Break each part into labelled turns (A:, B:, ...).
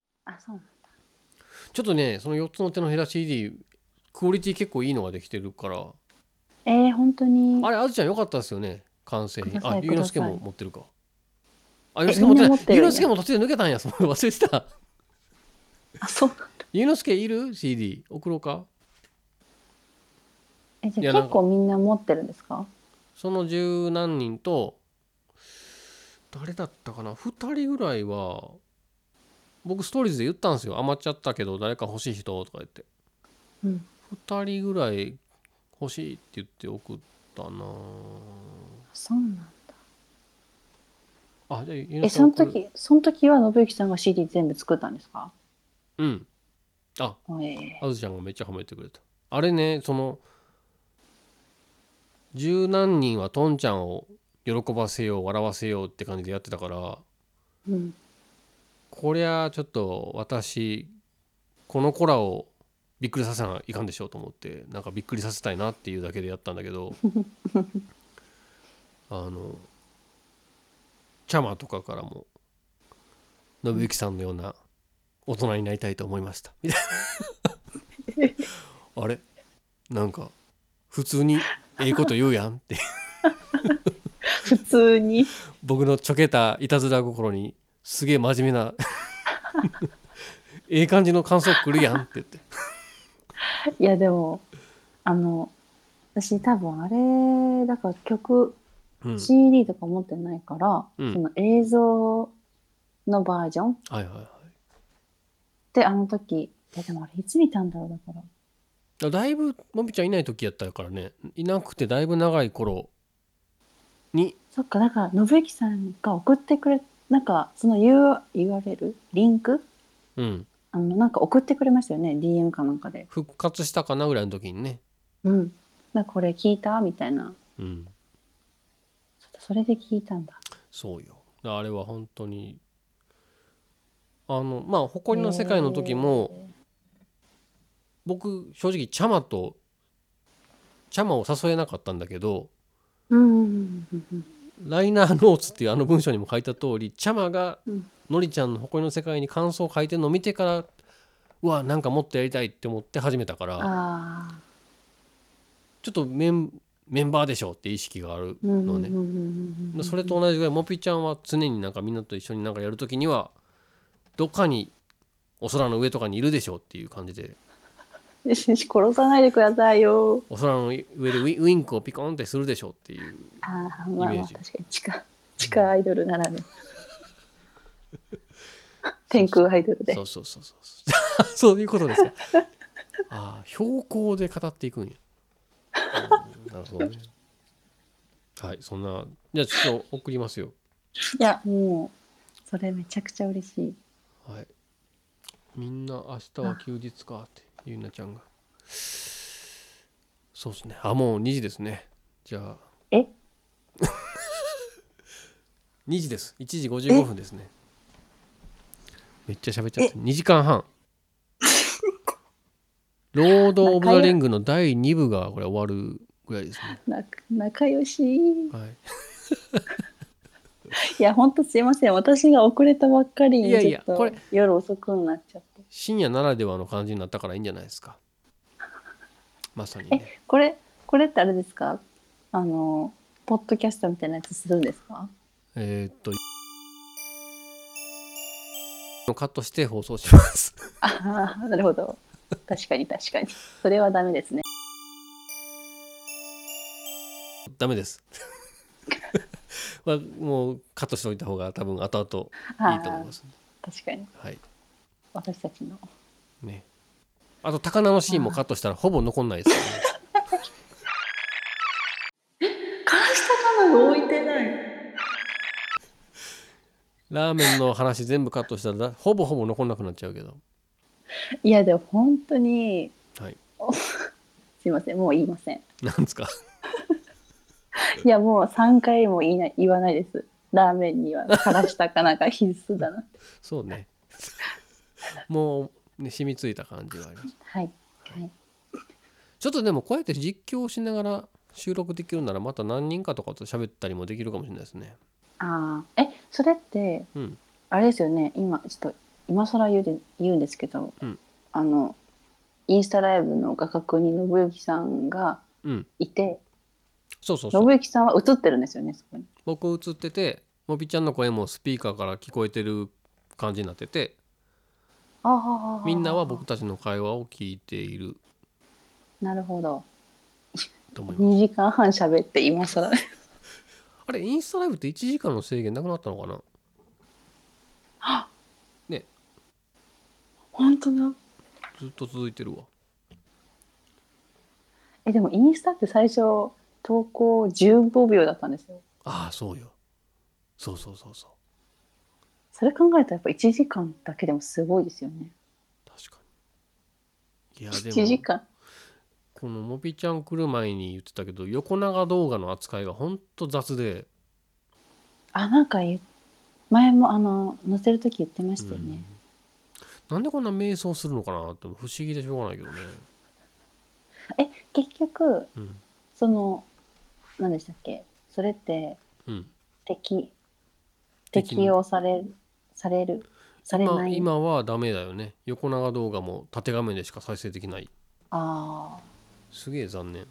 A: そうなんだ
B: ちょっとねその4つの手のヘラ CD クオリティ結構いいのができてるから
A: えー、本当に
B: あれあずちゃん良かったですよね完成品
A: くださ
B: あ
A: い
B: ゆうのすけ
A: くださ
B: も
A: い
B: 持ってるかあゆうのすけ持
A: み
B: って
A: んな
B: な
A: 持
B: い
A: ってるよ
B: ゆ
A: ね
B: うのすけも途中で抜けたんやそ れ忘れてた
A: あそう
B: ゆうのすけいる CD 送ろうか
A: えじ
B: い
A: ゃ
B: や
A: あ
B: なんか
A: 結構みんな持ってるんですか
B: その十何人と誰だったかな2人ぐらいは僕ストーリーズで言ったんですよ余っちゃったけど誰か欲しい人とか言って
A: うん
B: 2人ぐらい欲しいって言って送ったな
A: そうなんだ
B: あじゃあゆう
A: え
B: のすけ
A: その
B: 送る
A: 時その時は信之さんが CD 全部作ったんですか
B: うんあ
A: ええ
B: あずちゃんがめっちゃ褒めてくれたあれねその十何人はとんちゃんを喜ばせよう笑わせようって感じでやってたから
A: うん
B: こりゃちょっと私この子らをびっくりさせないかんでしょうと思ってなんかびっくりさせたいなっていうだけでやったんだけどあのチャマとかからも「信之さんのような大人になりたいと思いました」みたいなあれなんか普通にええこと言うやんって
A: 普通に
B: 僕のちょけたいたずら心にすげえ真面目な ええ感じの感想くるやんって言って
A: いやでもあの私多分あれだから曲、
B: うん
A: CD とか持ってないから、
B: うん
A: その映像のバージョンっ
B: はいはいは
A: てあの時えでもあれいつ見たんだろうだから
B: いだいぶのびちゃんいない時やったからねいなくてだいぶ長い頃に
A: そっかだから信之さんが送ってくれなんかその UR URL リンク
B: うん
A: あのなんか送ってくれましたよね DM かなんかで
B: 復活したかなぐらいの時にね
A: うんだからこれ聞いたみたいな
B: うん
A: ちょっとそれで聞いたんだ
B: そうよあれは本当にあのまあ誇りの世界の時も僕正直チャマとチャマを誘えなかったんだけど
A: うんうんうんうん
B: ライナーノーツっていうあの文章にも書いた通りチャマが
A: うん
B: のりちゃんの誇りの世界に感想を書いてるのを見てからうわなんかもっとやりたいって思って始めたから
A: ああ
B: ちょっとメンメンバーでしょって意識がある
A: うんう
B: の
A: んうん
B: ね
A: う、んうん
B: それと同じぐらいモピちゃんは常になんかみんなと一緒になんかやる時にはどっかにお空の上とかにいるでしょっていう感じで
A: 殺さないでくださいよ
B: お空の上でウィウインクをピコンってするでしょっていう
A: ああまあ
B: イ
A: ま
B: メー
A: あ
B: ジ
A: 確かに地下地下アイドルならぬ天空アイドルで
B: そうそうそうそうそういうことですか ああ標高で語っていくんや、うんなるほどねはいそんなじゃあちょっと送りますよ
A: いやもうそれめちゃくちゃ嬉しい
B: はいみんな明日は休日かってゆいなちゃんがそうですねあもう2時ですねじゃあ
A: え
B: 2時です1時55分ですねめっちゃ喋っちゃって2時 間半ロード・オブ・ザ・リングの第2部がこれ終わるぐらいですね
A: な仲良しい
B: はい
A: やほんとすいません私が遅れたばっかり
B: い
A: に
B: やい
A: ちょ
B: や
A: っと
B: これ
A: 夜遅くになっちゃって
B: 深夜ならではの感じになったからいいんじゃないですかまさにね
A: これこれってあれですかあのポッドキャストみたいなやつするんですか
B: えーっとカットして放送します
A: ああなるほど確かに確かにそれはダメですね
B: ダメです。 まあ、もうカットしておいた方が多分後々いいと思います。
A: あー確かに
B: はい。
A: 私たちの
B: ね。あと高菜のシーンもカットしたらほぼ残んないですよね。
A: 返したまま置いてない
B: ラーメンの話全部カットしたらほぼほぼ残んなくなっちゃうけど。
A: いやでも本当に
B: はい。
A: すいませんもう言いません
B: なんですか。
A: いやもう3回も言いない言わないですラーメンにはからしたかなんか必須だな
B: そうね。もうね染みついた感じがあります。
A: はいはい
B: ちょっとでもこうやって実況をしながら収録できるならまた何人かとかと喋ったりもできるかもしれないですね。
A: ああえそれって
B: うん。
A: あれですよね今ちょっと今更言うで言うんですけど、
B: うん
A: あのインスタライブの画角に信行さんが
B: うん。
A: いて
B: そうそうそう
A: 信。行さんは映ってるんですよねそこに。
B: 僕映ってて、もびちゃんの声もスピーカーから聞こえてる感じになってて、
A: あー
B: みんなは僕たちの会話を聞いている
A: なるほど
B: と思います。
A: 2時間半喋って今更
B: あれ、インスタライブって1時間の制限なくなったのかな
A: 本当だ
B: ずっと続いてるわ。
A: えでもインスタって最初投稿15秒だったんですよ
B: ああ、そうよ。そうそうそうそう。
A: それ考えたらやっぱ1時間だけでもすごいですよね
B: 確かに。いや、で
A: 1時
B: も、
A: 間
B: このもびちゃん来る前に言ってたけど、横長動画の扱いがほんと雑で、
A: あなんか言う前もあの載せる時言ってましたよね、
B: うんなんでこんな瞑想するのかなって不思議でしょうがないけどね。
A: え結局
B: うん。
A: その何でしたっけそれって
B: うん、
A: 適
B: 適
A: 適用されされるされ
B: ま
A: な
B: あ
A: い
B: 今はダメだよね。横長動画も縦画面でしか再生できない。
A: あ
B: すげえ残念。
A: ー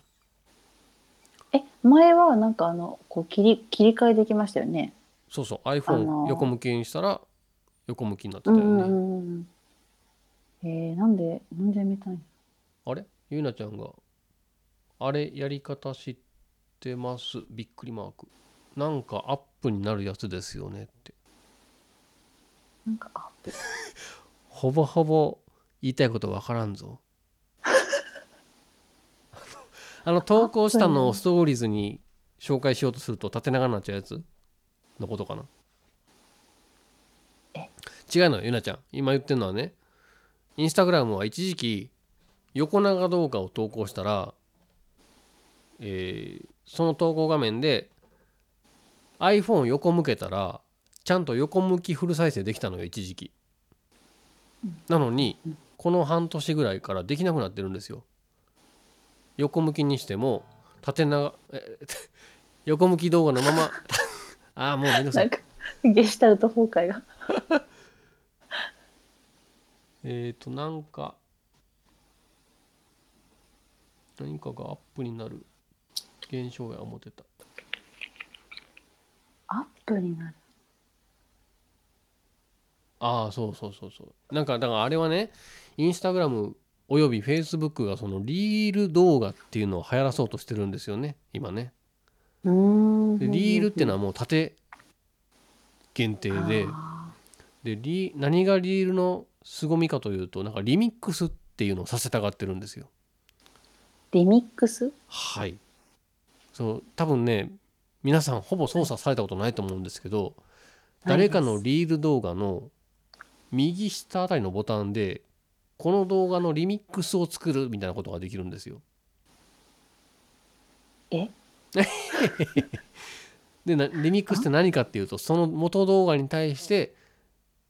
A: え前はなんかあのこう切り切り替えできましたよね
B: そうそう、
A: あの
B: iPhone
A: ー
B: 横向きにしたら横向きになってた
A: う
B: よ
A: ん
B: ね。
A: うんうんうんえー、なんでなんでやめたんや
B: あれゆうなちゃんが、あれやり方知ってますびっくりマーク。なんかアップになるやつですよねって。
A: なんかあ
B: ほぼほぼ言いたいことわからんぞ。 あのあの投稿したのをストーリーズに紹介しようとすると縦長になっちゃうやつのことかな。
A: え
B: 違うのよゆなちゃん。今言ってるのはね、インスタグラムは一時期横長動画を投稿したら、えーその投稿画面で iPhone を横向けたらちゃんと横向きフル再生できたのよ一時期。なのにこの半年ぐらいからできなくなってるんですよ。横向きにしても縦長え 横向き動画のま まああもうめんどくさ
A: ないん。か ゲシュタルト崩壊が
B: えーとなんか何かがアップになる現象や思ってた。
A: アップになる
B: ああそうそうそうそうなんかだからあれはねインスタグラムおよびフェイスブックがそのリール動画っていうのを流行らそうとしてるんですよね今ね
A: うーん
B: でリールってのはもう縦限定で
A: あ
B: でリ何がリールの凄みかというとなんかリミックスっていうのをさせたがってるんですよ
A: ーリミックス
B: はいそう多分ね皆さんほぼ操作されたことないと思うんですけど誰かのリール動画の右下あたりのボタンでこの動画のリミックスを作るみたいなことができるんですよ。
A: え
B: でなリミックスって何かっていうとその元動画に対して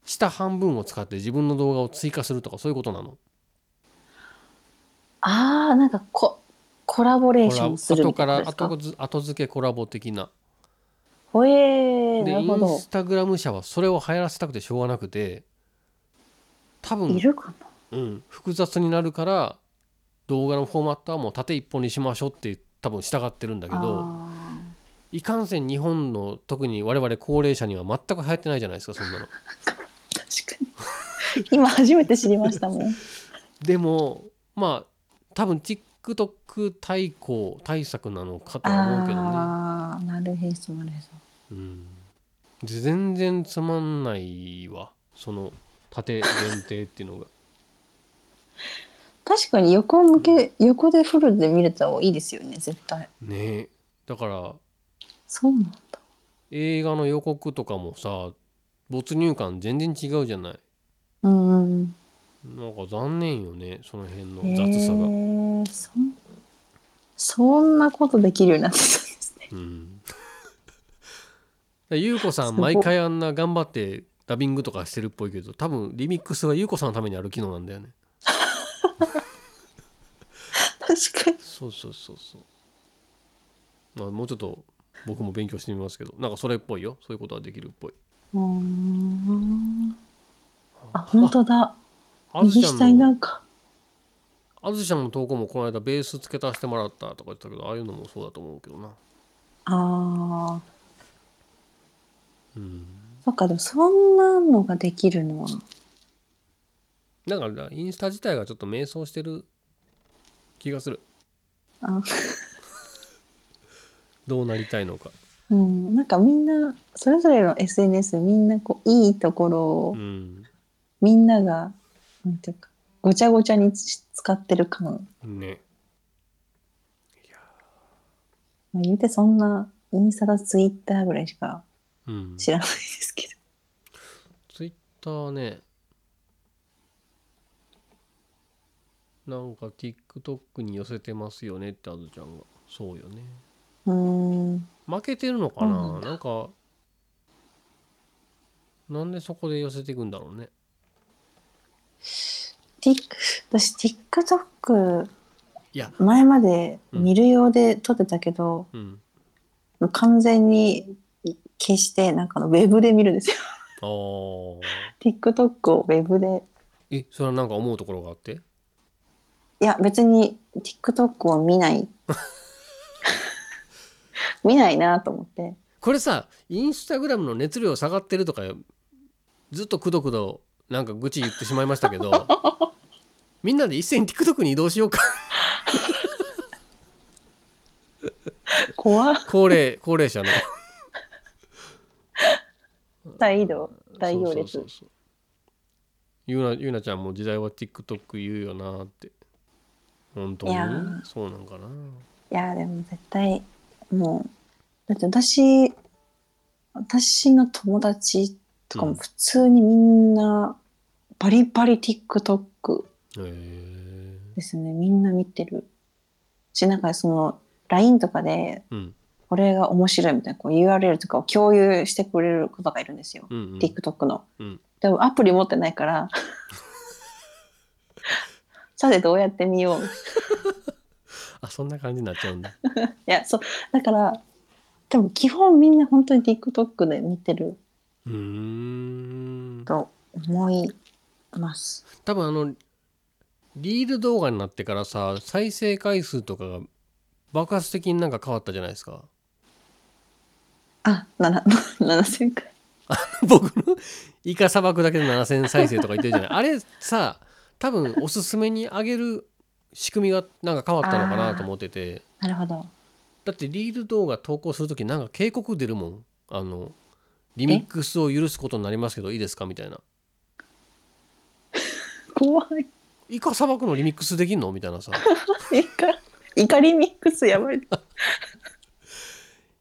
B: 下半分を使って自分の動画を追加するとかそういうことなの。
A: ああなんかこコラボレー
B: コ
A: シ
B: ラ
A: ョ
B: ボ
A: ンする
B: 後
A: みた
B: か
A: いな
B: ら
A: ことですか
B: 後ず後付けコラボ的な。
A: ほえー、
B: で
A: な
B: イ
A: るほ
B: ン
A: ど
B: スタグラム社はそれを流行らせたくてしょうがなくて多分
A: いるかな
B: うん、複雑になるから動画のフォーマットはもう縦一本にしましょうって多分従ってるんだけど
A: あ
B: いかんせん日本の特に我々高齢者には全く流行ってないじゃないですか そんなの。
A: ー確か に今初めて知りましたもん
B: でもまあ多分 TikTok 対抗対策なのかとは思うけどね。
A: ああなるへそなるへそ
B: うん、で全然つまんないわその縦限定っていうのが。
A: 確かに横向け横でフルで見れた方がいいですよね絶対
B: ねえだから
A: そうなんだ
B: 映画の予告とかもさ没入感全然違うじゃない。
A: うんうん
B: なんか残念よねその辺の
A: うん
B: 雑さが、
A: へーそんそんなことできるようになってたんですね
B: うん で優子さ
A: す
B: ん
A: ごい
B: 毎回あんな頑張ってダビングとかしてるっぽいけど多分リミックスは優子さんのためにある機能なんだよね
A: 確かに
B: そうそうそうそうまあもうちょっと僕も勉強してみますけどなんかそれっぽいよそういうことはできるっぽいう
A: ーんあ、
B: あ
A: 本当だ。
B: あず
A: 右
B: ちゃ
A: 下に
B: ん
A: な
B: の
A: んか。
B: あずちゃんの投稿もこの間ベース付け足してもらったとか言ってたけどああいうのもそうだと思うけどな
A: ああ。
B: うん
A: そっか、でもそんなのができるのは。
B: だからインスタ自体がちょっと迷走してる気がする
A: あ
B: どうなりたいのか
A: うん、なんかみんな、それぞれの SNS みんなこう、いいところを、
B: うん
A: みんなが、なんていうか、ごちゃごちゃにし使ってる感。
B: ね
A: まあ、言うてそんな、インスタとツイッターぐらいしか
B: うん
A: 知らないですけど。
B: ツイッターねなんか TikTok に寄せてますよねってあずちゃんがそうよね
A: うーん。
B: 負けてるのか
A: そうな
B: なん
A: だ
B: なんかなんでそこで寄せていくんだろうね
A: ティック私、TikTok、
B: いや
A: 前まで見る用で撮ってたけど、
B: うん
A: 完全に消して、なんかあのウェブで見るんですよ。
B: あー
A: TikTok をウェブで。
B: えそれはなんか思うところがあって
A: いや、別に TikTok を見ない。見ないなと思って。
B: これさインスタグラムの熱量下がってるとかずっとくどくどなんか愚痴言ってしまいましたけ どみんなで一斉に TikTok に移動しようか
A: 怖っ
B: 高齢高齢者の
A: 大移動、大行列。
B: そうそうそうそうゆうなゆうなちゃんも時代は TikTok 言うよなって本当に
A: いやー
B: そうなんかない
A: や、でも絶対、もう、だって私、私の友達とか
B: う
A: も
B: ん
A: 普通にみんな、バリバリ TikTok
B: へえ
A: ですね。みんな見てる。し、なんかその、LINE とかで、
B: うん
A: これが面白いみたいなこう URL とかを共有してくれる子とかいるんですよ。
B: うんうん
A: TikTok の、
B: うん
A: でもアプリ持ってないから さてどうやって見ようい
B: あそんな感じになっちゃうんだ
A: やそうだからでも基本みんな本当に TikTok で見てる
B: うーん
A: と思います
B: 多分あのリール動画になってからさ再生回数とかが爆発的になんか変わったじゃないですか
A: あ七 7000回
B: 僕のイカ砂漠だけで7,000再生とか言ってるじゃないあれさ多分おすすめに上げる仕組みがなんか変わったのかなと思ってて
A: なるほど
B: だってリール動画投稿する時なんか警告出るもんあのリミックスを許すことになりますけどいいですかみたいな
A: 怖い
B: イカ砂漠のリミックスできんのみたいなさ
A: 怒怒りミックスやばい
B: だか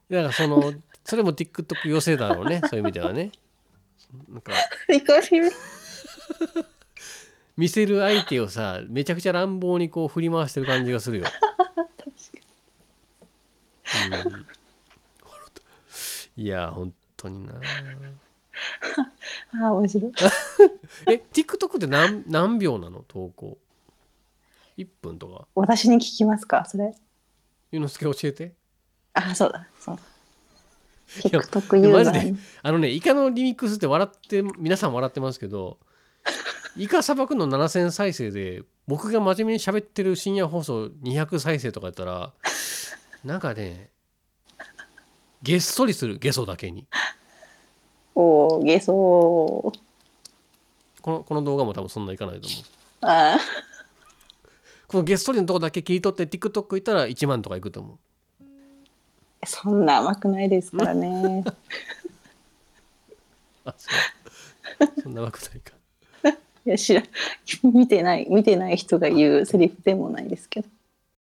B: らそのそれも TikTok 寄せだろうねそういう意味ではねなんか
A: 怒りミックス
B: 見せる相手をさめちゃくちゃ乱暴にこう振り回してる感じがするよ。うんいや本当にな
A: あー面白い
B: え TikTok って何何秒なの投稿1分とか
A: 私に聞きますかそれ
B: ゆうのすけ教えて
A: あそうだそうだ
B: や
A: TikTok ユーザーに
B: あのねイカのリミックスって笑って皆さん笑ってますけどイカ砂漠の7,000再生で僕が真面目に喋ってる深夜放送200再生とかやったらなんかねげっそりするゲソだけに
A: おおゲソー
B: このこの動画も多分そんないかないと思う
A: あー
B: このげっそりのとこだけ切り取って TikTok 行ったら1万とかいくと思う
A: そんな甘くないですからね。
B: あそうそんなわけないか
A: いや知ら見てない見てない人が言うセリフでもないですけど。